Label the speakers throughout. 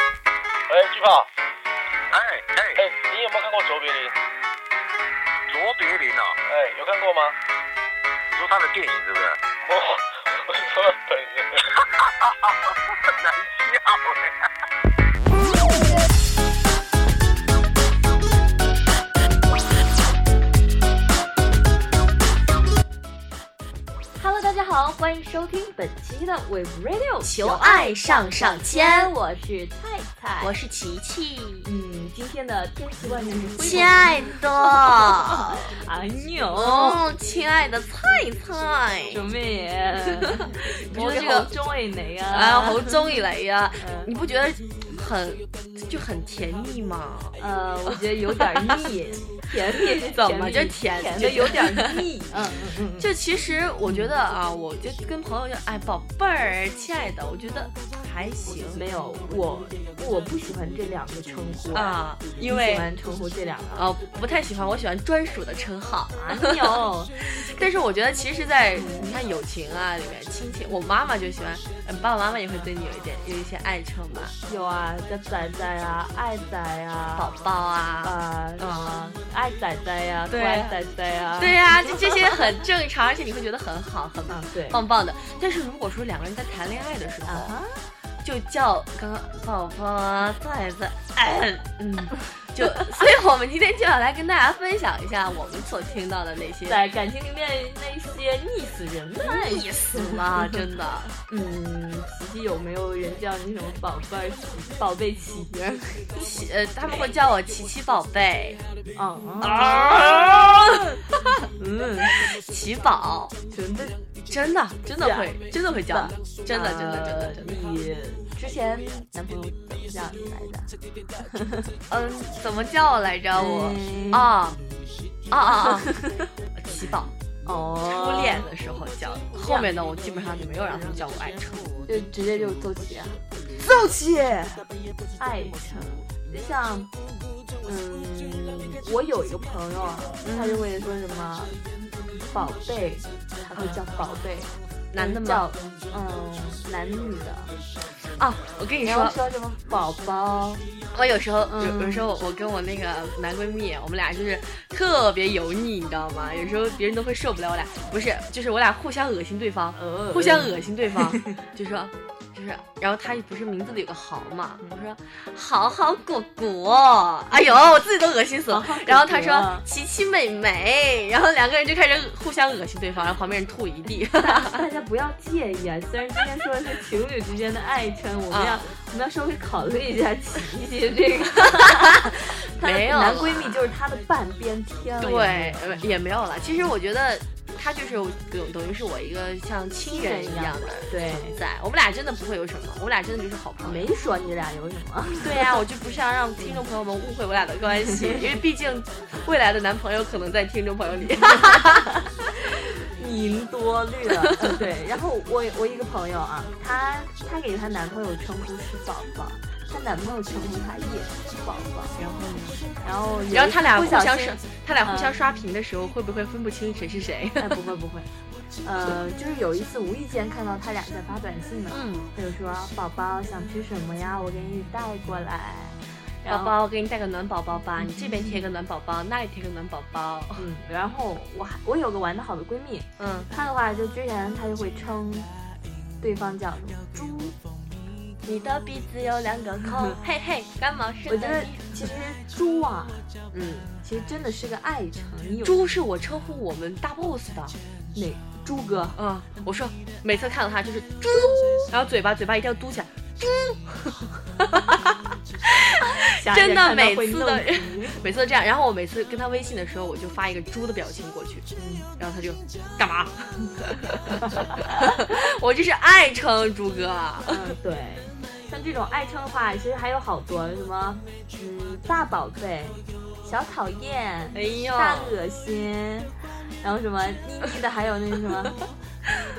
Speaker 1: 哎，巨炮，
Speaker 2: 哎哎，
Speaker 1: 哎，你有没有看过卓别林？
Speaker 2: 卓别林哦，
Speaker 1: 哎，有看过吗？
Speaker 2: 你说他的电影是不是？
Speaker 1: 我 我说本人。
Speaker 2: 很难笑哎。
Speaker 3: Hello，大家好，欢迎收听本期的 w e Radio
Speaker 4: 求爱上上签，
Speaker 3: 我是菜菜，
Speaker 4: 我是琪琪，
Speaker 3: 嗯，今天的天气外面是灰
Speaker 4: 亲爱 哦的，
Speaker 3: 啊牛，
Speaker 4: 哦，亲爱的菜菜，
Speaker 3: 做咩 嘢？
Speaker 4: 我
Speaker 3: 我
Speaker 4: 呢
Speaker 3: 呢
Speaker 4: 個
Speaker 3: 個中意你啊！
Speaker 4: 哎呀，好中意你呀！
Speaker 3: 嗯
Speaker 4: 你不觉得很就很甜蜜吗？
Speaker 3: 呃，我觉得有点腻，甜蜜是
Speaker 4: 怎么
Speaker 3: 蜜
Speaker 4: 就甜
Speaker 3: 甜的有点 腻？嗯嗯嗯，
Speaker 4: 就其实我觉得啊，我就跟朋友就哎宝贝儿，亲爱的，我觉得还行
Speaker 3: 嗯没有我，我不喜欢这两个称呼，
Speaker 4: 啊，
Speaker 3: 你
Speaker 4: 因为
Speaker 3: 喜欢称呼这两个。
Speaker 4: 呃不太喜欢，我喜欢专属的称号。
Speaker 3: 啊牛，
Speaker 4: 但是我觉得，其实在，你看友情啊里面，亲情，我妈妈就喜欢，呃爸爸妈妈也会对你有一点有一些爱称吧，
Speaker 3: 有啊，叫仔仔啊，爱仔啊，
Speaker 4: 宝 宝啊，
Speaker 3: 啊
Speaker 4: 啊
Speaker 3: 啊，爱仔仔呀，
Speaker 4: 对啊
Speaker 3: 乖仔仔啊呀，
Speaker 4: 对呀、就这些很正常，而且你会觉得很好，很
Speaker 3: 啊，对，
Speaker 4: 棒棒的。但是如果说两个人在谈恋爱的时候，
Speaker 3: 啊
Speaker 4: 就叫呃刚刚宝宝啊，崽子，哎嗯，就，所以我们今天就要来跟大家分享一下我们所听到的那
Speaker 3: 哈，
Speaker 4: 些。
Speaker 3: 在感情里面那些溺死人的爱
Speaker 4: 腻死了，真的。
Speaker 3: 嗯，琪琪有没有人叫你什么宝贝儿、琪宝贝琪？
Speaker 4: 琪呃，他们会叫我琪琪宝贝，
Speaker 3: 啊，
Speaker 4: 啊，
Speaker 3: 嗯，
Speaker 4: 琪宝，
Speaker 3: 真的
Speaker 4: 真的，真的
Speaker 3: 假
Speaker 4: 会，真的会叫，真的，真的，真的，真的。
Speaker 3: 啊你之前男朋友怎么叫你来着？
Speaker 4: 嗯，怎么叫我来着？我
Speaker 3: 嗯
Speaker 4: 啊啊啊 啊！奇宝，
Speaker 3: 哦，
Speaker 4: 嗯初恋的时候叫的，后面的我基本上就没有让他们叫我爱称。
Speaker 3: 就直接就奏起啊，
Speaker 4: 奏起，
Speaker 3: 爱称，就像，嗯，我有一个朋友啊，
Speaker 4: 嗯
Speaker 3: 他就会说什么宝贝，他会叫宝贝，
Speaker 4: 男的吗
Speaker 3: 叫？嗯男女的，
Speaker 4: 啊，我跟你
Speaker 3: 然后
Speaker 4: 说，
Speaker 3: 说什么宝宝，
Speaker 4: 我有时候有
Speaker 3: 嗯
Speaker 4: 有时候我跟我那个男闺蜜，我们俩就是特别油腻，你知道吗？有时候别人都会受不了我俩，不是，就是我俩互相恶心对方。
Speaker 3: 呃
Speaker 4: 互相恶心对 方，就说就是，然后他不是名字里有个豪嘛，
Speaker 3: 嗯
Speaker 4: 我说好好果果，哎呦，我自己都恶心死了。
Speaker 3: 好好果果
Speaker 4: 然后他说琪琪妹妹，然后两个人就开始互相恶心对方，然后旁边人吐 一地。
Speaker 3: 大家不要介意啊！ 虽然今天说的是情侣之间的爱称，我们要、
Speaker 4: 啊
Speaker 3: 我们要稍微考虑一下琪琪这 个，她的
Speaker 4: 没有
Speaker 3: 男闺蜜就是她的半边天了。
Speaker 4: 对
Speaker 3: 哦有没有，
Speaker 4: 也没有了。其实我觉得他就是等等于是我一个像亲人一样的
Speaker 3: 对，
Speaker 4: 存在，我们俩真的不会有什么，我们俩真的就是好朋友。
Speaker 3: 没说你俩有什么。
Speaker 4: 对呀、我就不想让听众朋友们误会我俩的关 系，因为毕竟未来的男朋友可能在听众朋 友里。
Speaker 3: 您多虑了。嗯 对，然后我我一个朋友啊，她她给她男朋友称呼是宝宝，她男朋友称呼她也是宝宝，然后然后有一
Speaker 4: 然后他俩
Speaker 3: 不
Speaker 4: 互
Speaker 3: 小
Speaker 4: 相
Speaker 3: 心
Speaker 4: 刷，他俩互
Speaker 3: 嗯
Speaker 4: 相刷屏的时候，会不会分不清谁是谁？
Speaker 3: 哎不会不会，呃就是有一次无意间看到他俩在发短信呢，
Speaker 4: 嗯，
Speaker 3: 他就说宝宝想吃什么呀，我给你带过来。然
Speaker 4: 宝
Speaker 3: 后
Speaker 4: 宝，我给你带个暖宝宝吧，你这边贴个暖宝宝，那里贴个暖宝宝。
Speaker 3: 嗯，然后我还我有个玩的好的闺蜜，
Speaker 4: 嗯，
Speaker 3: 她的话就之前她就会称对方叫什么猪。
Speaker 4: 你的鼻子有两个孔，嘿嘿，干毛是
Speaker 3: 我觉得其实猪啊，
Speaker 4: 嗯，
Speaker 3: 其实真的是个爱称。你有
Speaker 4: 猪是我称呼我们大 boss 的。
Speaker 3: 哪猪哥？
Speaker 4: 嗯，我说每次看到他就是猪，然后嘴巴嘴巴一定要嘟起来。
Speaker 3: 想
Speaker 4: 真
Speaker 3: 起来看
Speaker 4: 的
Speaker 3: 到
Speaker 4: 每
Speaker 3: 会
Speaker 4: 次
Speaker 3: 弄
Speaker 4: 的
Speaker 3: 急
Speaker 4: 每次都这样，然后我每次跟他微信的时候，我就发一个猪的表情过去，然后他就干嘛？ 我这是爱称猪哥啊，
Speaker 3: 嗯，对。像这种爱称的话，其实还有好多，什么嗯大宝贝、小讨厌、
Speaker 4: 哎呦，
Speaker 3: 大恶心，然后什么腻腻的，还有那个什么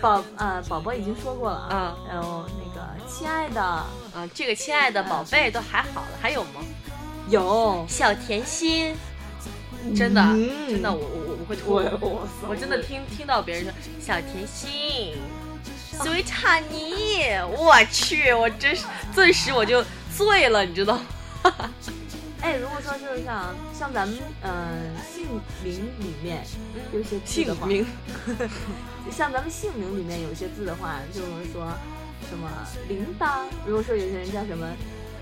Speaker 3: 宝呃宝宝已经说过了啊，然后那个亲爱的
Speaker 4: 啊，这个亲爱的宝贝都还好了，还有吗？
Speaker 3: 有
Speaker 4: 小甜心，真的，
Speaker 3: 嗯
Speaker 4: 真的，我我我我会吐，
Speaker 3: 我
Speaker 4: 我我真的听听到别人说小甜心，sweet honey，我去，我真是顿时我就醉了，你知道吗？
Speaker 3: 哎，如果说就是像像咱们嗯、呃姓名里面有些字的
Speaker 4: 嗯姓
Speaker 3: 话，
Speaker 4: 名，
Speaker 3: 像咱们姓名里面有些字的话，就是说什么铃铛，如果说有些人叫什么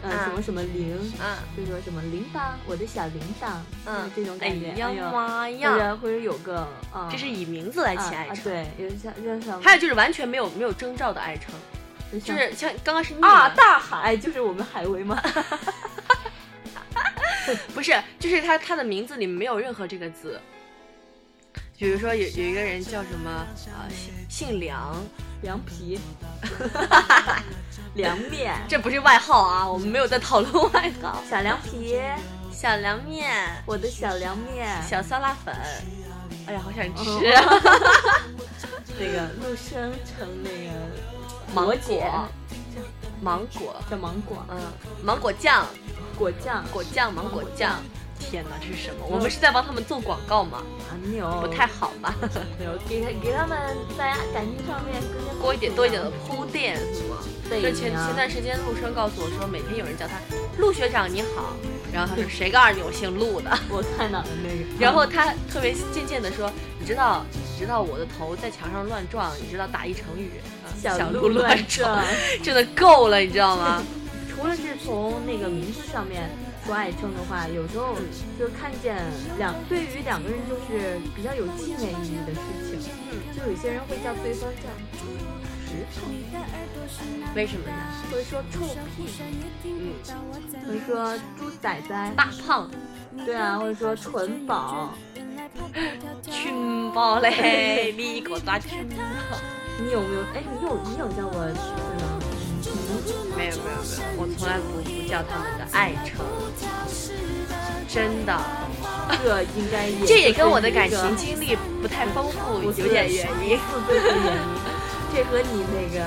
Speaker 3: 呃、
Speaker 4: 嗯
Speaker 3: 什么什么铃，
Speaker 4: 嗯
Speaker 3: 就说什么铃铛，我的小铃铛，
Speaker 4: 嗯
Speaker 3: 这种
Speaker 4: 哎
Speaker 3: 感觉，
Speaker 4: 呀
Speaker 3: 哎呦
Speaker 4: 妈
Speaker 3: 或
Speaker 4: 呀，
Speaker 3: 者或者有个啊，
Speaker 4: 这是以名字来
Speaker 3: 啊
Speaker 4: 起爱
Speaker 3: 啊
Speaker 4: 称。
Speaker 3: 对，有像就像
Speaker 4: 还有就是完全没有没有征兆的爱称，
Speaker 3: 就
Speaker 4: 就
Speaker 3: 像
Speaker 4: 是像刚刚是匿
Speaker 3: 啊
Speaker 4: 名
Speaker 3: 大海就是我们海威吗？
Speaker 4: 不是，就是他他的名字里没有任何这个字。比如说有有一个人叫什么啊、姓姓梁，
Speaker 3: 凉 皮，凉面，
Speaker 4: 这不是外号啊，我们没有在讨论外号。
Speaker 3: 小凉皮，
Speaker 4: 小凉面，
Speaker 3: 我的小凉面，
Speaker 4: 小酸辣粉，哎呀，好想吃。
Speaker 3: 那个陆生成那个
Speaker 4: 芒
Speaker 3: 罗
Speaker 4: 果
Speaker 3: 姐
Speaker 4: 芒果，
Speaker 3: 叫芒果
Speaker 4: 嗯，芒果酱，
Speaker 3: 果酱，
Speaker 4: 嗯果酱，芒果酱。天哪，这是什么？我们是在帮他们做广告吗？
Speaker 3: 啊牛，
Speaker 4: 不太好吧？
Speaker 3: 牛，给他给他们在感情上面更加
Speaker 4: 多一点多一点的铺垫是吗？
Speaker 3: 对啊
Speaker 4: 就前
Speaker 3: 呀
Speaker 4: 前段时间陆生告诉我说，每天有人叫他陆学长你好，然后他说谁告诉你我姓陆的？
Speaker 3: 我看到了那个，
Speaker 4: 然后他特别渐渐的说，你知道你知道我的头在墙上乱撞，你知道打一成语啊
Speaker 3: 小
Speaker 4: 鹿
Speaker 3: 鹿
Speaker 4: 乱
Speaker 3: 乱撞。
Speaker 4: 真的够了，你知道吗？
Speaker 3: 除了是从那个名字上面说爱称的话，有时候就是看见两对于两个人就是比较有纪念意义的事情，
Speaker 4: 嗯
Speaker 3: 就有些人会叫对方叫石头，
Speaker 4: 为什么呢？
Speaker 3: 会说臭屁，
Speaker 4: 嗯，
Speaker 3: 会说猪仔仔，
Speaker 4: 大胖嗯
Speaker 3: 对啊，或者说纯宝，
Speaker 4: 群包 嘞，你给我抓群包。
Speaker 3: 你有没有？哎，你有你有叫过石头吗？嗯
Speaker 4: 没有没有没有，我从来不不叫他们的爱称，真的。
Speaker 3: 这应该也
Speaker 4: 这也跟我的
Speaker 3: 就是一
Speaker 4: 感
Speaker 3: 个
Speaker 4: 情经历不太丰富
Speaker 3: 不
Speaker 4: 有点原因。
Speaker 3: 不不不原因，这和你那个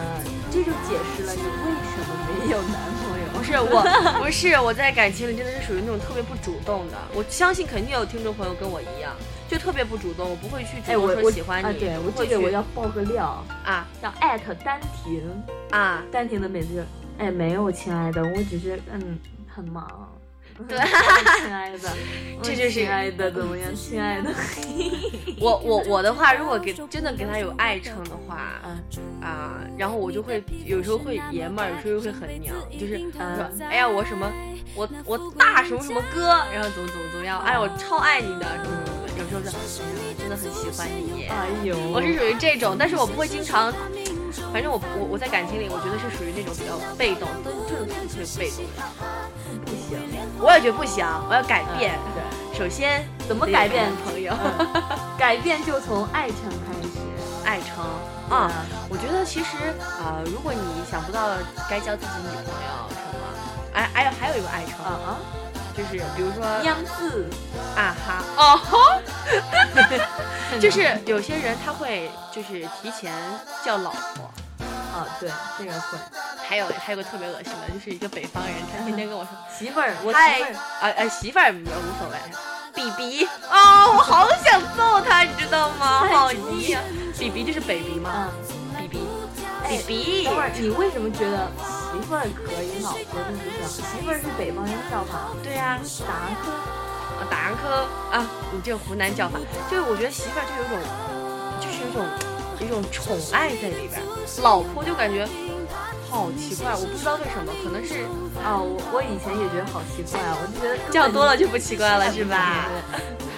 Speaker 3: 这就解释了你为什么没有男朋友。
Speaker 4: 不是我，不是我在感情里真的是属于那种特别不主动的。我相信肯定有听众朋友跟我一样，就特别不主动，我不会去主
Speaker 3: 哎，我
Speaker 4: 动说
Speaker 3: 我
Speaker 4: 喜欢你，
Speaker 3: 啊，对我
Speaker 4: 不
Speaker 3: 这个
Speaker 4: 会
Speaker 3: 我
Speaker 4: 去
Speaker 3: 要爆个料，
Speaker 4: 啊
Speaker 3: 要艾特丹婷，
Speaker 4: 啊，
Speaker 3: 丹婷的每次就，哎，没有，亲爱的，我只是嗯很忙。
Speaker 4: 对
Speaker 3: 亲爱的，
Speaker 4: 这
Speaker 3: 嗯
Speaker 4: 就是
Speaker 3: 亲爱的怎么样？亲爱 的，
Speaker 4: 我我我的话，如果给真的给他有爱称的话，
Speaker 3: 嗯
Speaker 4: 啊，然后我就会有时候会爷们儿，有时候又会很娘，就是
Speaker 3: 嗯
Speaker 4: 说，哎呀，我什么，我我大什么什么哥，然后怎么怎么怎么样，哎，我超爱你的，什么什么，有时候就，哎呀，真的很喜欢你，
Speaker 3: 哎呦，
Speaker 4: 我是属于这种，但是我不会经常，反正我我我在感情里，我觉得是属于那种比较被动，真真的特别特别被动的。
Speaker 3: 不行，哎
Speaker 4: 我也觉得不行，我要改变。
Speaker 3: 对，
Speaker 4: 首先
Speaker 3: 怎么改变
Speaker 4: 嗯得有朋友、
Speaker 3: 嗯改变就从爱情开始。
Speaker 4: 爱称
Speaker 3: 对
Speaker 4: 啊？我觉得其实啊、呃如果你想不到该交自己女朋友什么，哎，还有还有一个爱称
Speaker 3: 啊，啊，
Speaker 4: 就是比如说
Speaker 3: 嗯央视
Speaker 4: 啊哈嗯哦吼，就是有些人他会就是提前叫老婆。
Speaker 3: 啊，对，这个会。
Speaker 4: 还有还有个特别恶心的，就是一个北方人，他天天跟我说
Speaker 3: 媳妇儿，我
Speaker 4: 嗨
Speaker 3: 媳妇儿，
Speaker 4: 啊啊，媳妇儿没有无所谓。比比哦，我好想揍他，你知道吗？好腻啊！比比就是北鼻嘛，
Speaker 3: 嗯，
Speaker 4: 比比
Speaker 3: 哎
Speaker 4: 比比
Speaker 3: 等会儿你为什么觉得媳妇儿可以，老婆就不行？媳妇儿是北方人叫法，
Speaker 4: 对呀、
Speaker 3: 达克
Speaker 4: 啊，打上科啊，你这个湖南叫法，就是我觉得媳妇儿就有一种，就是有一种有一种宠爱在里边儿，老婆就感觉好奇怪，我不知道为什么，可能是
Speaker 3: 啊，我我以前也觉得好奇怪啊，我就觉得根本
Speaker 4: 叫多了就不奇怪了，是吧？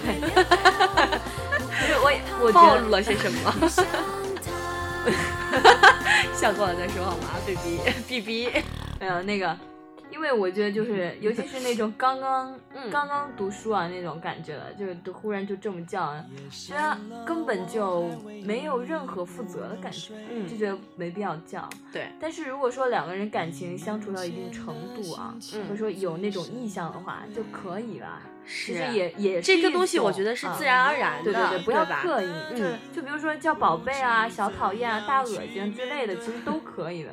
Speaker 3: 对？ 对，其实 我也我觉
Speaker 4: 暴
Speaker 3: 得
Speaker 4: 露了些什么？ 笑过了再说好吗？对比比比，
Speaker 3: 没有呃那个，因为我觉得就是，尤其是那种刚 刚、
Speaker 4: 嗯
Speaker 3: 刚刚读书啊那种感觉的，就是都忽然就这么叫，觉得根本就没有任何负责的感觉，
Speaker 4: 嗯
Speaker 3: 就觉得没必要叫。
Speaker 4: 对，
Speaker 3: 但是如果说两个人感情相处到一定程度啊，
Speaker 4: 嗯
Speaker 3: 或者说有那种意向的话，就可以了。其
Speaker 4: 是啊
Speaker 3: 实也也是
Speaker 4: 这个嗯
Speaker 3: 一
Speaker 4: 东西，
Speaker 3: 种
Speaker 4: 我觉得是
Speaker 3: 啊
Speaker 4: 自然而然的，
Speaker 3: 对对对，不要
Speaker 4: 吧？
Speaker 3: 刻意，就
Speaker 4: 嗯
Speaker 3: 就比如说叫宝贝啊、小讨厌啊、大恶心之类的，其实都可以的，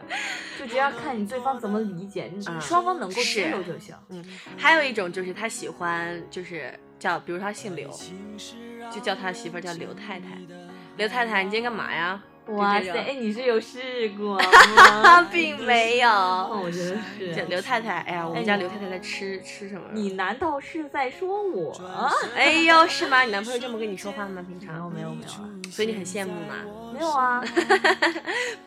Speaker 3: 就只要看你对方怎么理解，你
Speaker 4: 啊
Speaker 3: 双方能够接
Speaker 4: 是
Speaker 3: 受就行。
Speaker 4: 还有一种就是他喜欢，就是叫，比如说他姓刘，就叫他媳妇儿叫刘太太。刘太太，你今天干嘛呀？
Speaker 3: 哇
Speaker 4: 就
Speaker 3: 塞，
Speaker 4: 这种
Speaker 3: 哎，你是有试 过吗？
Speaker 4: 并没有。
Speaker 3: 哦，我觉得
Speaker 4: 这
Speaker 3: 是。
Speaker 4: 刘太太，哎呀，我
Speaker 3: 哎
Speaker 4: 们家
Speaker 3: 你
Speaker 4: 刘太太在吃吃什么？
Speaker 3: 你难道是在说我？
Speaker 4: 哎呦，是吗？你男朋友这么跟你说话吗？平
Speaker 3: 没有
Speaker 4: 常，
Speaker 3: 没有没有啊，
Speaker 4: 所以你很羡慕吗？
Speaker 3: 没有啊，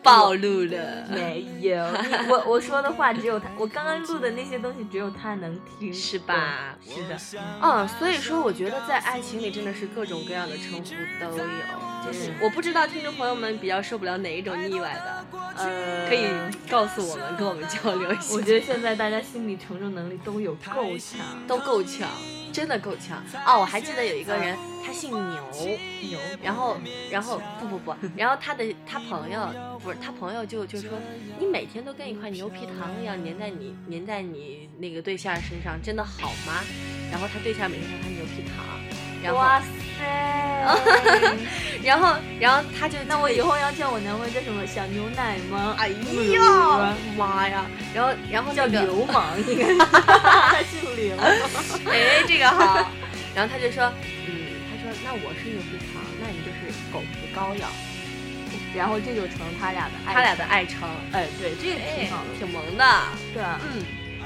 Speaker 4: 暴露了，
Speaker 3: 没有。 你我我说的话只有他，我刚刚录的那些东西只有他能听，
Speaker 4: 是？吧？
Speaker 3: 是的，
Speaker 4: 嗯，所以说我觉得在爱情里真的是各种各样的称呼都有，就是
Speaker 3: 嗯
Speaker 4: 我不知道听众朋友们比较受不了哪一种腻歪的，
Speaker 3: 呃，
Speaker 4: 可以告诉我们，跟我们交流一下。
Speaker 3: 我觉得现在大家心理承受能力都有够强，
Speaker 4: 都够呛，真的够呛哦！我还记得有一个人，他姓牛，
Speaker 3: 牛。
Speaker 4: 然后，然后不不不，然后他的他朋友不是他朋友就就说，你每天都跟一块牛皮糖一样粘在你粘在你那个对象身上，真的好吗？然后他对象每天让他牛皮糖，然
Speaker 3: 哇
Speaker 4: 后
Speaker 3: 塞！
Speaker 4: 然后然后他就
Speaker 3: 那我以后要叫我男朋友叫什么？小牛奶吗？
Speaker 4: 哎呀妈呀，然后然后
Speaker 3: 叫
Speaker 4: 那个
Speaker 3: 流氓应该是，姓刘。
Speaker 4: 哎，这个好。然后他就说，嗯，他说那我是牛皮糖，那你就是狗皮膏药，
Speaker 3: 然后这就成了他俩的爱，
Speaker 4: 他俩的爱称，
Speaker 3: 哎，对，这个挺
Speaker 4: 哎
Speaker 3: 好的，，
Speaker 4: 挺萌的。
Speaker 3: 对啊，
Speaker 4: 嗯，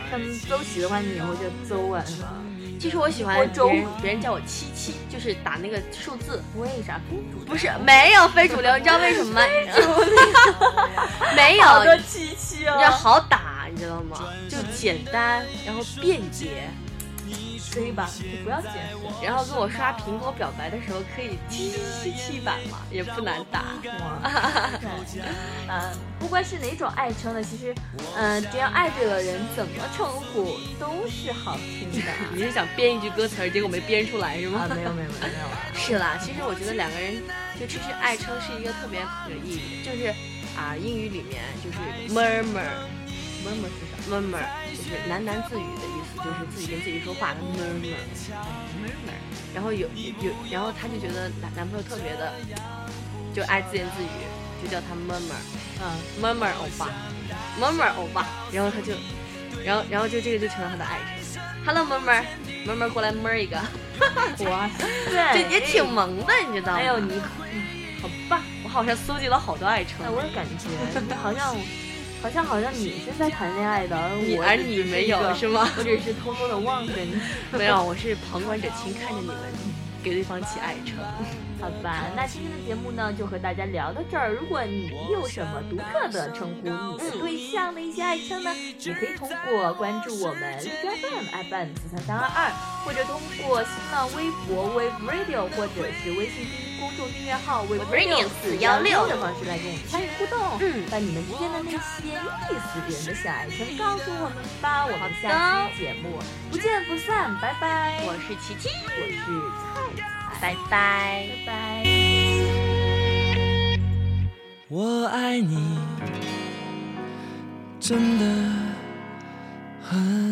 Speaker 3: 他们周喜欢你，我就周吻了。
Speaker 4: 其实我喜欢
Speaker 3: 我
Speaker 4: 别
Speaker 3: 周
Speaker 4: 人，别人叫我七七，就是打那个数字，
Speaker 3: 为啥公主
Speaker 4: 不是没有非主流，你知道为 什么吗？没有，
Speaker 3: 好多七七
Speaker 4: 你知道
Speaker 3: 哦？
Speaker 4: 好打，你知道吗？就简单，然后便捷，
Speaker 3: 可以吧？你不要解释。
Speaker 4: 然后跟我刷苹果表白的时候可以七七七版嘛，也不难打。
Speaker 3: 哇， 对呃，不管是哪种爱称呢，其实，呃，只要爱对了人，怎么称呼都是好听的。
Speaker 4: 你是想编一句歌词儿，结果没编出来是吗
Speaker 3: 啊，？没有没有没有没有啊。
Speaker 4: 是啦，其实我觉得两个人就其实爱称是一个特别有意义，就是啊，英语里面就是 murmur
Speaker 3: murmur 是啥？
Speaker 4: murmur，就是喃喃自语的意思，就是自己跟自己说话的 murmur murmur。然后有有，然后她就觉得男男朋友特别的就爱自言自语，就叫他 murmur。
Speaker 3: 嗯，
Speaker 4: 妈妈欧巴，妈妈欧巴，然后他就，然后然后就这个就成了他的爱称。Hello，妈妈，妈妈过来摸一个，
Speaker 3: 哇
Speaker 4: 这
Speaker 3: 塞，
Speaker 4: 也挺萌的，哎你知道吗？
Speaker 3: 哎呦，你，
Speaker 4: 好棒！啊我好像搜集了好多爱称
Speaker 3: 哎，，我也感觉你好像，好像好像你是在谈恋爱的，而
Speaker 4: 你
Speaker 3: 我
Speaker 4: 而
Speaker 3: 只
Speaker 4: 你
Speaker 3: 是
Speaker 4: 没
Speaker 3: 一个
Speaker 4: 有是吗？
Speaker 3: 我只是偷偷的望着你。
Speaker 4: 没有，我是旁观者清，看着你们给对方起爱称。
Speaker 3: 好吧，那今天的节目呢，就和大家聊到这儿。如果你有什么独特的称呼你的对象的一些爱称呢，你可以通过关注我们荔枝 FM FM 四三三二二，或者通过新浪微博 Wave Radio，或者是微信公众订阅号 Wave Radio 四幺六的方式来跟我们参与互动，
Speaker 4: 嗯
Speaker 3: 把你们之间的那些意思、别人的小爱称告诉我们吧。我们
Speaker 4: 好
Speaker 3: 下期节目不见不散，拜拜。
Speaker 4: 我是琪琪，
Speaker 3: 我是菜菜，
Speaker 4: 拜拜。
Speaker 3: 拜拜。
Speaker 5: 我爱你，真的很。